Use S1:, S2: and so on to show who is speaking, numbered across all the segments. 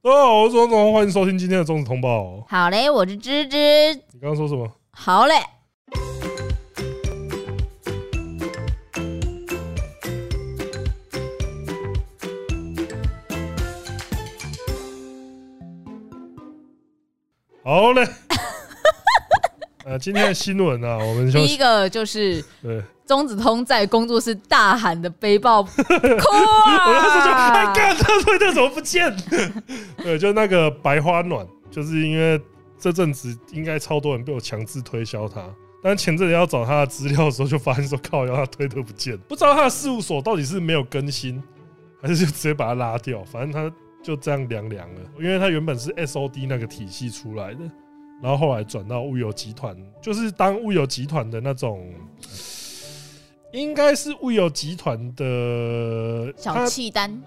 S1: 大家好，我是钟总，欢迎收听今天的中子通报。
S2: 好嘞，我是芝芝。
S1: 你刚刚说什么？
S2: 好嘞，
S1: 好嘞。呃，今天的新闻啊，我们就
S2: 第一个就是
S1: 对，
S2: 钟子通在工作室大喊的背包哭
S1: 我那时候就哎
S2: 啊！
S1: 干，这推特怎么不见？ 对，就那个白花暖，就是因为这阵子应该超多人被我强制推销它。但前阵子要找他的资料的时候，就发现说靠，要他推特不见，不知道他的事务所到底是没有更新，还是就直接把它拉掉。反正他就这样凉凉了，因为他原本是 SOD 那个体系出来的，然后后来转到物友集团，就是当物友集团的那种，应该是物友集团的
S2: 小
S1: 他
S2: 契丹，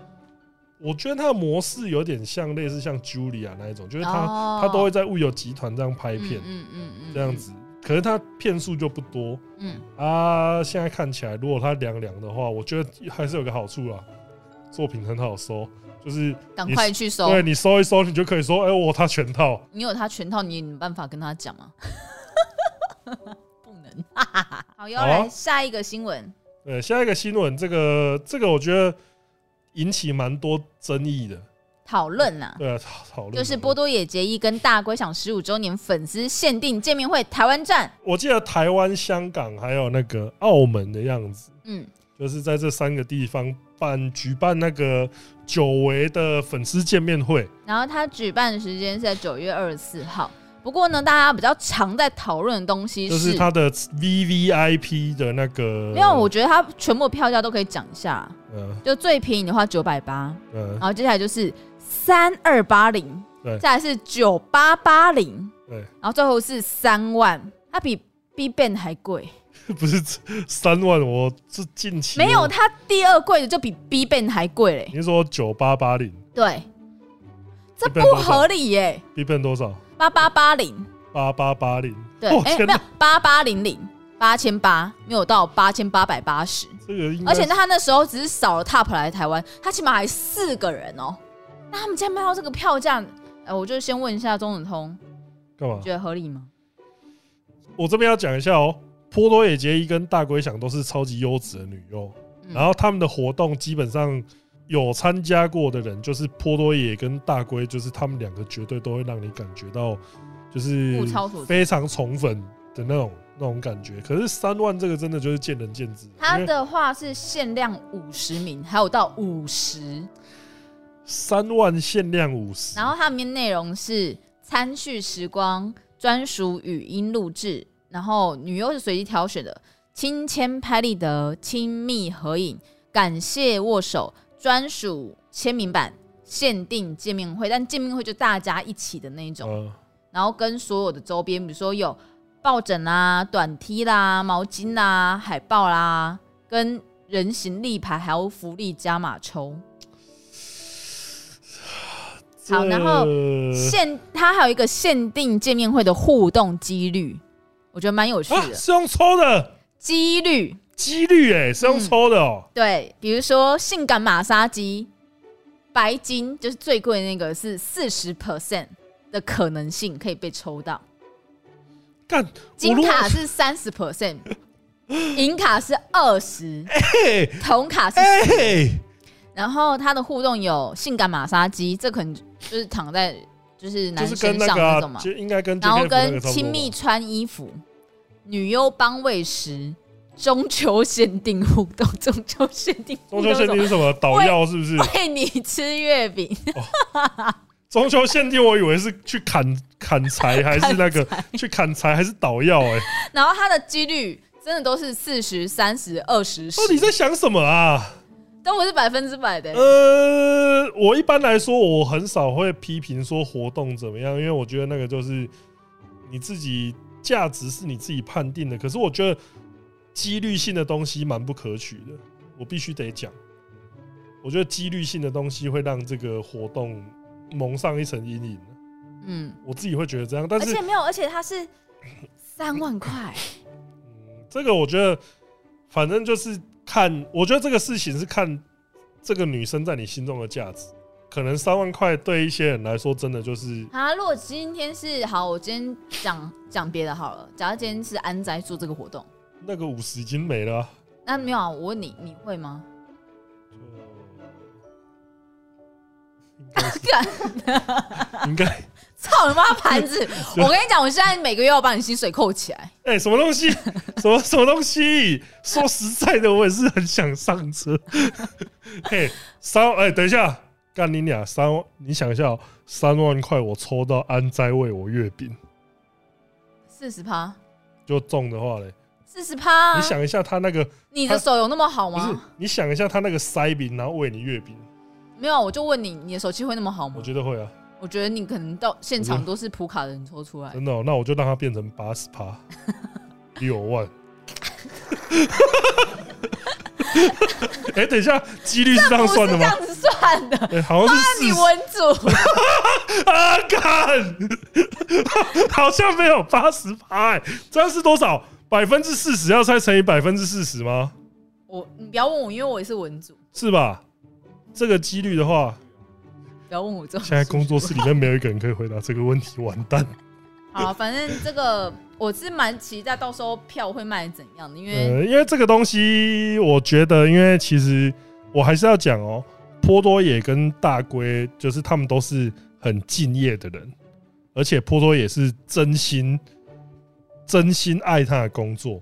S1: 我觉得他的模式有点像类似像 Julia 那一种，就是他、
S2: 哦
S1: 他都会在物有集团这样拍片，
S2: 嗯嗯嗯
S1: 这样，子。可是他片数就不多
S2: 嗯，
S1: 啊。现在看起来，如果他凉凉的话，我觉得还是有个好处啊，作品很好收，就是
S2: 赶快去收。
S1: 对你收一收，你就可以说，哎、我他全套。
S2: 你有他全套，你有办法跟他讲吗？不能。好，要
S1: 好啊
S2: 来下一个新闻。
S1: 对，下一个新闻，这个这个我觉得引起蛮多争议的，
S2: 讨论啦，
S1: 对、啊，讨讨论
S2: 就是
S1: 蛮
S2: 波多野结衣跟大龟想十五周年粉丝限定见面会台湾站。
S1: 我记得台湾、香港还有那个澳门的样子。
S2: 嗯，
S1: 就是在这三个地方办举办那个久违的粉丝见面会。
S2: 然后它举办的时间是在九月二十四号。不过呢，大家比较常在讨论的东西
S1: 就是他呃的 V V I P 的那个，
S2: 没有，我觉得它全部票价都可以讲一下。
S1: 呃
S2: 就最便宜的话九百八，然
S1: 呃
S2: 后接下来就是三二八零
S1: 对，
S2: 再来是九八八零，
S1: 对，
S2: 然后最后是三万，它比 B Ban 还贵。
S1: 不是三万，我是近期哦
S2: 没有，。它第二贵的就比 B Ban 还贵嘞。
S1: 你是说九八八零
S2: 对，这
S1: Big Bang
S2: 不
S1: 多少
S2: 合理耶、
S1: B 片多少？
S2: 八八八零，
S1: 八八八零。
S2: 对
S1: 哇，
S2: 哎、
S1: 天
S2: 没
S1: 哪
S2: 有，八八零零，八千八，没有到八千八百八十。
S1: 这个应该
S2: 而且他那时候只是少了 TOP 来台湾，他起码还四个人哦。那他们竟然卖到这个票价，哎、我就先问一下钟子通，
S1: 干嘛
S2: 你？觉得合理吗？
S1: 我这边要讲一下哦，波多野结衣跟大龟响都是超级优质的女优，
S2: 嗯
S1: 然后他们的活动基本上有参加过的人，就是波多野跟大龟，就是他们两个绝对都会让你感觉到就是
S2: 物超所值
S1: 非常宠粉的那种那种感觉。可是三万这个真的就是见仁见智，
S2: 他
S1: 因为
S2: 的话是限量五十名，还有到五十，
S1: 三万限量五十，
S2: 然后它里面内容是餐叙时光、专属语音录制，然后女优是随机挑选的，亲签拍立得、亲密合影、感谢握手、专属签名版、限定见面会，但见面会就大家一起的那一种。
S1: 呃，
S2: 然后跟所有的周边，比如说有抱枕啦、短 T 啦、毛巾啦、海报啦，跟人形立牌，还有福利加码抽。好
S1: 这
S2: 然后限它还有一个限定见面会的互动几率，我觉得蛮有趣
S1: 啊
S2: 的。
S1: 是用抽的
S2: 几率
S1: 几率哎、是用
S2: 嗯
S1: 抽的哦、
S2: 对，比如说性感马杀鸡，白金就是最贵的那个是四十 percent 的可能性可以被抽到。
S1: 干、我
S2: 金
S1: 如果
S2: 卡是三十 percent，银卡是二十，
S1: 嘿
S2: 铜 卡是
S1: 哎、
S2: 然后他的互动有性感马杀鸡，这可能就是躺在就是男
S1: 就是
S2: 生
S1: 跟那
S2: 上
S1: 个、
S2: 那
S1: 啊
S2: 种嘛，
S1: 就应该跟 JKF
S2: 然后
S1: 那个
S2: 跟
S1: 差不多吧
S2: 亲密穿衣服，女优帮喂食，中秋限定互动，中秋限定互
S1: 中秋
S2: 动是
S1: 限
S2: 什
S1: 定
S2: 么
S1: 是什么？捣药是不是？
S2: 喂你吃月饼，
S1: 中秋限定我以为是去砍砍柴，还是那个去砍柴，还是捣药？ 哎，
S2: 然后它的几率真的都是四十、三十、二十、十
S1: 到，底在想什么啊？
S2: 都不是百分之百的、
S1: 呃，我一般来说我很少会批评说活动怎么样，因为我觉得那个就是你自己价值是你自己判定的。可是我觉得几率性的东西蛮不可取的，我必须得讲。我觉得几率性的东西会让这个活动蒙上一层阴影，
S2: 嗯，
S1: 我自己会觉得这样。但
S2: 而
S1: 是
S2: 且没有，而且它是三万块，
S1: 嗯，这个我觉得，反正就是看，我觉得这个事情是看这个女生在你心中的价值。可能三万块对一些人来说，真的就是
S2: 啊，如果今天是好，我今天讲讲别的好了。假如今天是安仔做这个活动，
S1: 那个五十已经没了啊、
S2: 那没有啊？我问你，你会吗？
S1: 就应该是 应该
S2: 操你妈盘 子！我跟你讲，我现在每个月要把你薪水扣起来。
S1: 哎、什么东西？什么什么东西？说实在的，我也是很想上车。嘿，三哎、等一下，干你俩三万，你想一下、哦，三万块我抽到安斋为我月饼
S2: 四十趴，
S1: 就中的话嘞，
S2: 四十趴。
S1: 你想一下他那个
S2: 你的手有啊那么好
S1: 不是
S2: 吗？，
S1: 你想一下他那个塞饼，然后喂你月饼，
S2: 没有啊，我就问你，你的手气会那么好吗
S1: 我？觉得会啊，
S2: 我觉得你可能到现场都是普卡的人抽出来。
S1: 真的、哦，那我就让它变成八十 趴，六万。 哎、等一下，几率是这样
S2: 不是
S1: 算的
S2: 这
S1: 吗？
S2: 样子 算的，
S1: 哎、好像是
S2: 你
S1: 四十
S2: 文主
S1: 啊，干， 好像没有八十趴，哎，这样是多少？百分之四十要猜乘以百分之四十吗？
S2: 我，你不要问我，因为我也是文主，
S1: 是吧？这个几率的话，
S2: 不要问我这种。
S1: 现在工作室里面没有一个人可以回答这个问题，完蛋。
S2: 好，反正这个我是蛮期待到时候票会卖怎样的，因为
S1: 呃，因为这个东西，我觉得，因为其实我还是要讲哦，波多野跟大龟，就是他们都是很敬业的人，而且波多野是真心真心爱他的工作。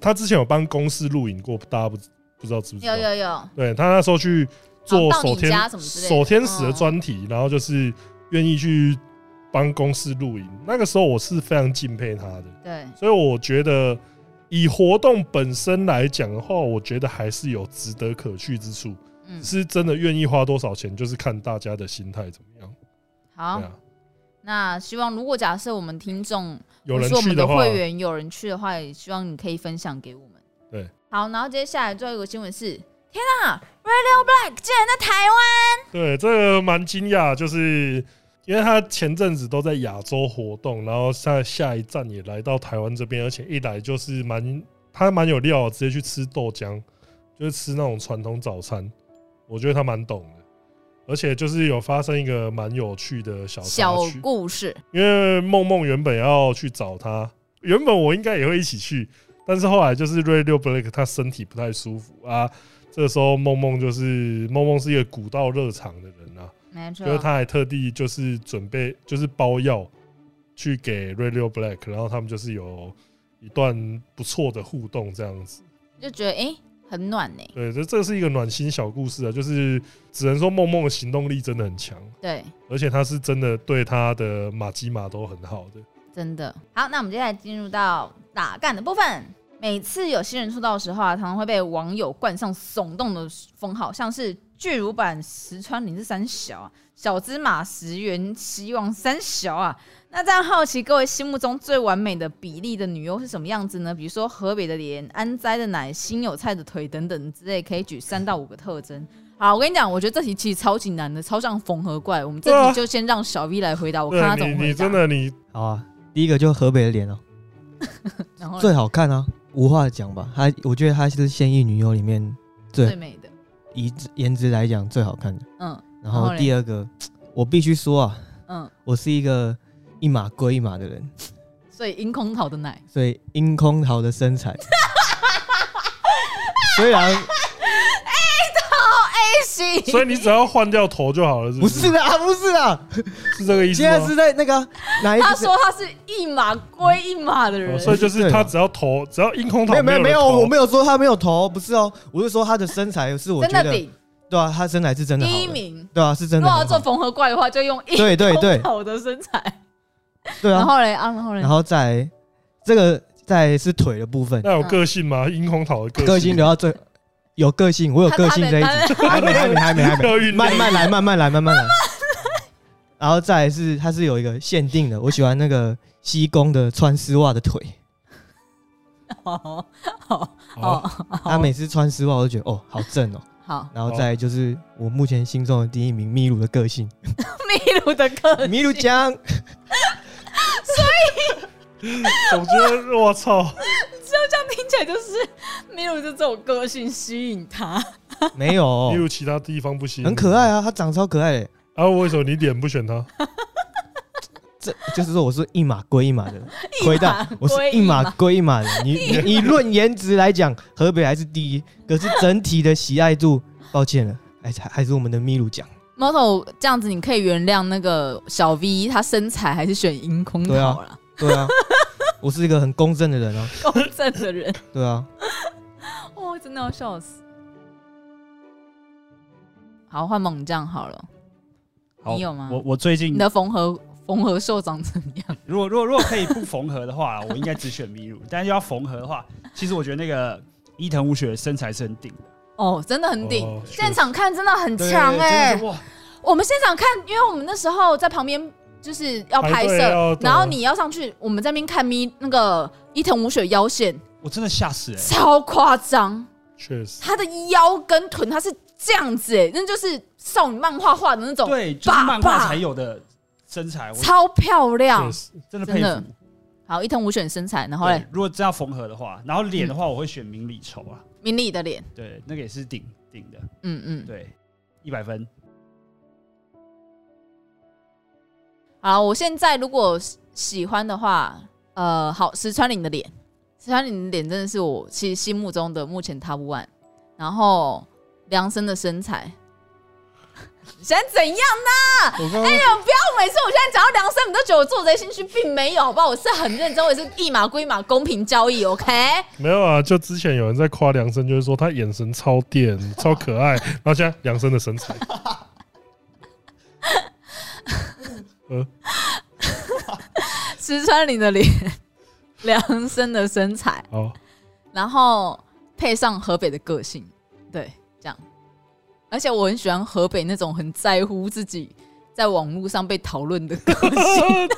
S1: 他之前有帮公司录影过，大家不不知道知不知道
S2: 有？有有，
S1: 对他那时候去做
S2: 哦到
S1: 守
S2: 你
S1: 天
S2: 家什么之类的嗯
S1: 守天使的专题，然后就是愿意去帮公司录影。那个时候我是非常敬佩他的。
S2: 对，
S1: 所以我觉得以活动本身来讲的话，我觉得还是有值得可去之处，
S2: 嗯，
S1: 是真的愿意花多少钱，就是看大家的心态怎么样。
S2: 好
S1: 对。啊，
S2: 那希望如果假设我们听众
S1: 有
S2: 不
S1: 人
S2: 是我
S1: 去
S2: 们的
S1: 话，
S2: 会员有人去的话，也希望你可以分享给我们。
S1: 对，
S2: 好，然后接下来最后一个新闻是：天啊，Radio Black 竟然在台湾！
S1: 对这个蛮惊讶，就是因为他前阵子都在亚洲活动，然后下下一站也来到台湾这边，而且一来就是蛮他蛮有料的，直接去吃豆浆，就是吃那种传统早餐，我觉得他蛮懂的。而且就是有发生一个蛮有趣的小插
S2: 小
S1: 曲
S2: 故事，
S1: 因为梦梦原本要去找他，原本我应该也会一起去，但是后来就是 Radio Blake 他身体不太舒服啊。这个时候梦梦就是梦梦是一个古道热肠的人啊，
S2: 没错
S1: 所，以他还特地就是准备就是包药去给 Radio Black，然后他们就是有一段不错的互动这样子。
S2: 就觉得哎、诶很暖呢、
S1: 对，这这是一个暖心小故事啊，就是只能说梦梦的行动力真的很强，
S2: 对，
S1: 而且他是真的对他的马基马都很好的。
S2: 真的。好，那我们接下来进入到打干的部分。每次有新人出道的时候啊，常常会被网友冠上耸动的封号，像是巨乳版石川绫是三小啊，小芝麻石原希望三小啊。那这样好奇各位心目中最完美的比例的女优是什么样子呢？比如说河北的脸、安斋的奶、新有菜的腿等等之类，可以举三到五个特征。好，我跟你讲，我觉得这题其实超级难的，超像缝合怪。我们这
S1: 对啊
S2: 题就先让小 V 来回答，我看他怎
S1: 对
S2: 么
S1: 你，
S2: 回
S1: 你
S2: 答
S1: 真。的你
S3: 好啊，第一个就河北的脸哦，
S2: 然后呢
S3: 最好看啊，无话讲吧。她，我觉得她是现役女优里面对
S2: 最美的，
S3: 以颜值来讲最好看的。
S2: 嗯然
S3: 然
S2: 后
S3: 后
S2: 嘞
S3: 第二个，我必须说啊，
S2: 嗯，
S3: 我是一个一码归一码的人，
S2: 所以樱空桃的奶，
S3: 所以樱空桃的 身材，虽然
S2: 哎行，
S1: 所以你只要换掉头就好了，是
S3: 不
S1: 是？
S3: 是啊，不是啊，
S1: 嗯是这个意思
S3: 现在是
S1: 吗？
S3: 在那个啊哪一个
S2: 他？说他是一码归一码的人
S1: 哦，所以就是他只要头，只要硬空头，
S3: 没有没有没有，我没
S1: 有
S3: 有说她没有头，不是哦，我是说她的身材是我
S2: 真
S3: 觉
S2: 的
S3: 得
S2: 顶
S3: 对啊，她身材是真的好
S2: 第一
S3: 的，
S2: 名。
S3: 对啊，是真
S2: 如
S3: 的
S2: 果要
S3: 很
S2: 做
S3: 好，
S2: 缝合怪的话，就用樱
S3: 对对对
S2: 空桃的身材。
S3: 对
S2: 然
S3: 啊，
S2: 后嘞啊，然后嘞
S3: 然，后再来这个再来是腿的部分，
S1: 那有个性吗？硬空头的
S3: 个性
S1: 性
S3: 留到最有个性，我有个性这一集，
S2: 集，
S3: 还没还没还没 还没，
S1: 要运
S3: 慢慢来慢慢来慢慢来，然后再来是它是有一个限定的，我喜欢那个西宫的穿丝袜的腿，
S2: 好好
S1: 好，
S2: 哦
S3: 他每次穿丝袜我就觉得哦好正哦，
S2: 好，
S3: 然后再来就是我目前心中的第一名秘鲁的个性，
S2: 秘鲁的歌，
S3: 秘鲁江
S1: 总觉得我操，
S2: 这样听起来就是秘鲁的这种个性吸引他。
S3: 没有哦
S1: 例，如其他地方不行，
S3: 很可爱啊，他长得超可爱的，
S1: 啊，为什么你点不选他？
S3: 这 就是说我是一码归一码 的回
S2: 码
S3: 答，我是
S2: 归
S3: 一
S2: 一
S3: 码
S2: 码
S3: 归一码的。 你你以论颜值来讲，河北还是第一，可是整体的喜爱度，抱歉了，还是还是我们的秘鲁奖。
S2: 猫头这样子，你可以原谅那个小 V，他身材还是选银空
S3: 对啊
S2: 桃啦，
S3: 对啊，我是一个很公正的人哦。
S2: 公正的人，
S3: 对啊，
S2: 哦，真的要笑死。好，换猛将好了，
S1: 嗯
S4: 好
S2: 你有吗
S4: 我我最近
S2: 你的缝合缝合兽长怎么样？
S4: 如果如果如果可以不缝合的话， 我应该只选米乳。但是要缝合的话，其实我觉得那个伊藤舞雪的身材是很顶的，
S2: 哦，真的很顶，
S1: 哦
S2: 现场看真的很
S4: 对
S2: 强
S4: 真的
S2: 哎、
S4: 是哇，
S2: 我们现场看，因为我们那时候在旁边就是要拍
S1: 排队要
S2: 摄，然后
S1: 对
S2: 你要上去，我们在那边看咪那个伊藤舞雪腰线
S4: 我真的吓死哎、
S2: 超夸张，
S1: 确实，
S2: 她的腰跟臀她是这样子哎、那就是少女漫画画的那种，
S4: 对，就是漫
S2: 爸
S4: 画
S2: 爸
S4: 才有的身材，我
S2: 超漂亮
S1: 确。实，
S4: 真的佩
S2: 真
S4: 服
S2: 的。好，伊藤舞雪身材，然后嘞嗯
S4: 对，，如果真要缝合的话，然后脸的话，我会选明里愁啊，
S2: 明丽的脸，
S4: 对，那个也是顶顶的，
S2: 嗯嗯，
S4: 对，一百分。
S2: 好，我现在如果喜喜欢的话，呃，好，石川绫的脸，石川绫的脸真的是我其实心目中的目前 top one。然后梁生的身材， 想怎样呢？哎
S1: 我
S2: 呀，
S1: 刚
S2: 不要每次我现在讲到梁生，你都觉得我做贼心虚，并没有，好不好？我是很认真，我也是一码归一码，公平交易，OK？
S1: 没有啊，就之前有人在夸梁生，就是说他眼神超电、超可 爱，然后现在梁生的身材，
S2: 石川绫的脸， 梁生的身材，
S1: 好，
S2: 然后配上河北的个性，对，这样。而且我很喜欢河北那种很在乎自己在网络上被讨论的个性。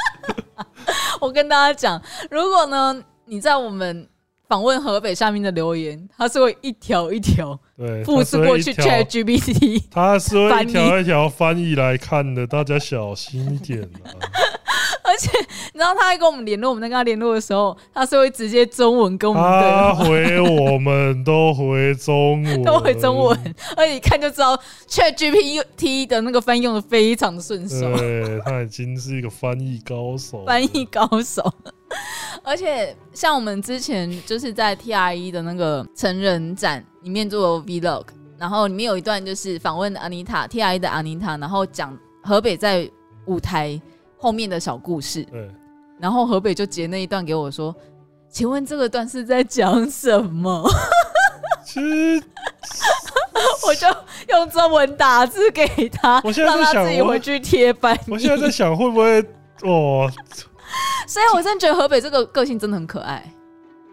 S2: 我跟大家讲，如果呢你在我们访问河北下面的留言，它是会一条一条
S1: 对，
S2: 复制过去
S1: 他是会一条
S2: ChatGPT。
S1: 他是会
S2: 翻
S1: 一
S2: 译
S1: 条一条翻译来看的，大家小心一点啊！
S2: 你知道他在跟我们联络，我们在跟他联络的时候，他是会直接中文跟我们对话
S1: 他回我们都回中文，
S2: 都会中文，而且一看就知道 ChatGPT 的那个翻译用的非常的顺手。
S1: 对，他已经是一个翻译高手了，
S2: 翻译高手。而且像我们之前就是在 TRE 的那个成人展里面做 Vlog，然后里面有一段就是访问 Anita TRE 的 Anita，然后讲河北在舞台后面的小故事，
S1: 对，
S2: 然后河北就截那一段给我说。请问这个段是在讲什么？
S1: 其实
S2: 我就用中文打字给他，
S1: 我现在在
S2: 让他
S1: 想
S2: 自己
S1: 我
S2: 回去贴翻译。
S1: 我现在 在想，会不会哦，
S2: 所以我真的觉得河北这个个性真的很可爱，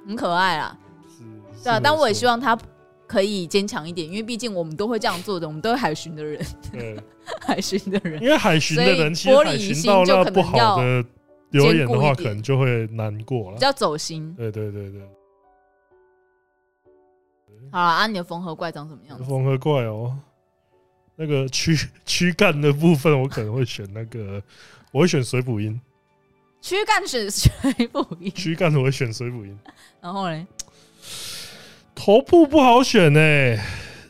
S2: 很可爱啦。
S1: 是
S2: 对啊，但我也希
S1: 望，
S2: 望他可以坚强一点，因为毕竟我们都会这样做的，我们都是海巡的人，
S1: 对，
S2: 海巡的人。
S1: 因为海巡的
S2: 所以
S1: 人，其实
S2: 玻璃
S1: 海巡
S2: 心
S1: 到
S2: 就
S1: 那
S2: 可
S1: 不
S2: 能
S1: 好的留言的话，
S2: 坚固一点
S1: 可能就会难过
S2: 比
S1: 了。
S2: 较走心，
S1: 对对对对，
S2: 好了啊！你的缝合怪长什么样子？
S1: 缝合怪哦，那个躯躯干的部分，我可能会选那个，我会选水补音，
S2: 躯干是水不一，
S1: 躯干的我会选水补音，
S2: 然后嘞，
S1: 头部不好选哎、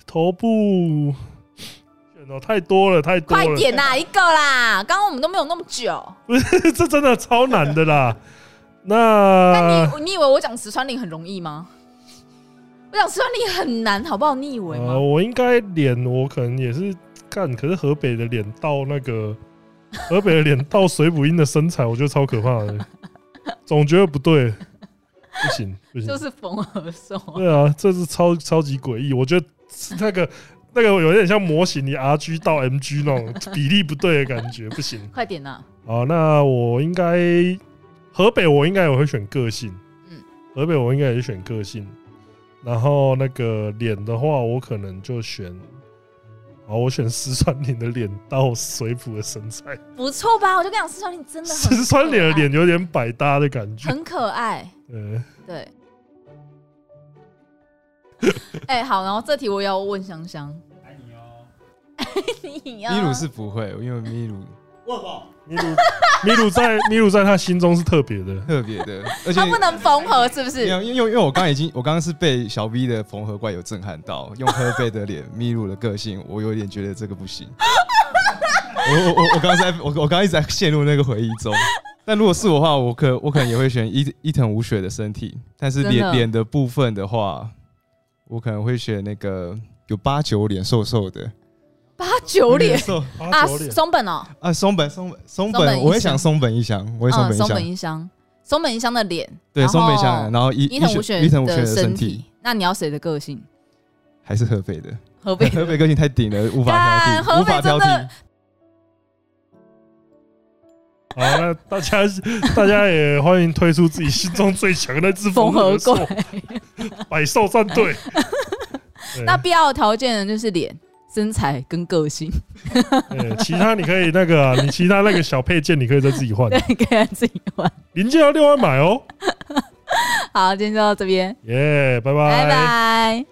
S1: 头部选哦太多了太多
S2: 快
S1: 了，啊
S2: 点啦，一个啦！刚刚我们都没有那么久，
S1: 这真的超难的啦。
S2: 但
S1: 那
S2: 你你以为我讲石川绫很容易吗？我讲石川绫很难，好不好？你以为
S1: 呃，
S2: 吗？
S1: 我应该脸我可能也是干，可是河北的脸到那个河北的脸到水补音的身材，我觉得超可怕的，总觉得不对，不行不行，
S5: 嗯
S2: 就是缝合兽 啊，
S1: 对啊，这是超超级诡异，我觉得是那个那个有点像模型，你 R G 到 M G 那种比例不对的感觉，不行。
S2: 快点
S5: 啊
S2: 啦！
S1: 好，哦那我应该河北，我应该也会选个性。
S2: 嗯
S1: 河北我应该也是选个性。然后那个脸的话，我可能就选，好，我选石川绫的脸到水普的身材。
S2: 不错吧？我就跟你讲，石川绫真的很
S1: 石川绫的
S2: 可爱
S1: 脸有点百搭的感觉。
S2: 啊很可爱。
S1: 呃，
S2: 对。哎、好，然后这题我也要问香香，
S4: 爱你哦，
S2: 你要啊
S5: 秘鲁是不会，因为秘鲁
S4: 问我
S1: 米鲁，米鲁在米鲁在他心中是特别的。
S5: 特别的，而且
S2: 他不能缝合，是不
S5: 没
S2: 是？
S5: 有，因为因为因为我刚刚已经，我刚刚是被小 V 的缝合怪有震撼到，用喝贝的脸，秘鲁的个性，我有点觉得这个不行。我我我我刚刚在，我我刚刚一直在陷入那个回忆中。但如果是我的话，我可我可能也会选伊伊藤舞雪的身体，但是
S2: 真的
S5: 脸脸的部分的话，我可能会选那个有八九脸瘦瘦的
S2: 八九脸
S5: 瘦
S1: 八
S2: 啊，
S1: 九脸，
S2: 松本哦，
S5: 啊，松本松本松
S2: 松本一
S5: 本，
S2: 香
S5: 我会想松本一香，我会松
S2: 嗯，
S5: 本一
S2: 松
S5: 香
S2: 本，一香，松本一香的脸，
S5: 对
S2: 然后
S5: 松本一香，然后伊
S2: 伊藤
S5: 伊
S2: 舞
S5: 雪
S2: 雪
S5: 伊藤舞雪
S2: 的
S5: 的身
S2: 身
S5: 体
S2: 体。那你要谁的个性？
S5: 还是河 北的，
S2: 河 北
S5: 河北个性太顶了，无法
S2: 干
S5: 挑剔，
S2: 河
S5: 无
S2: 北真
S5: 法挑
S2: 的
S5: 剔。
S1: 好，那大家大家也欢迎推出自己心中最强的那只
S2: 缝合
S1: 兽
S2: 怪，。
S1: 百兽战队。对
S2: 那必要的条件呢，就是脸、身材跟个性，
S1: 对其他你可以那个啊、你其他那个小配件你可以再自己换
S2: 对，，可以来自己玩。
S1: 零件要另外买哦。
S2: 好，今天就到这边，
S1: 耶，拜
S2: 拜拜。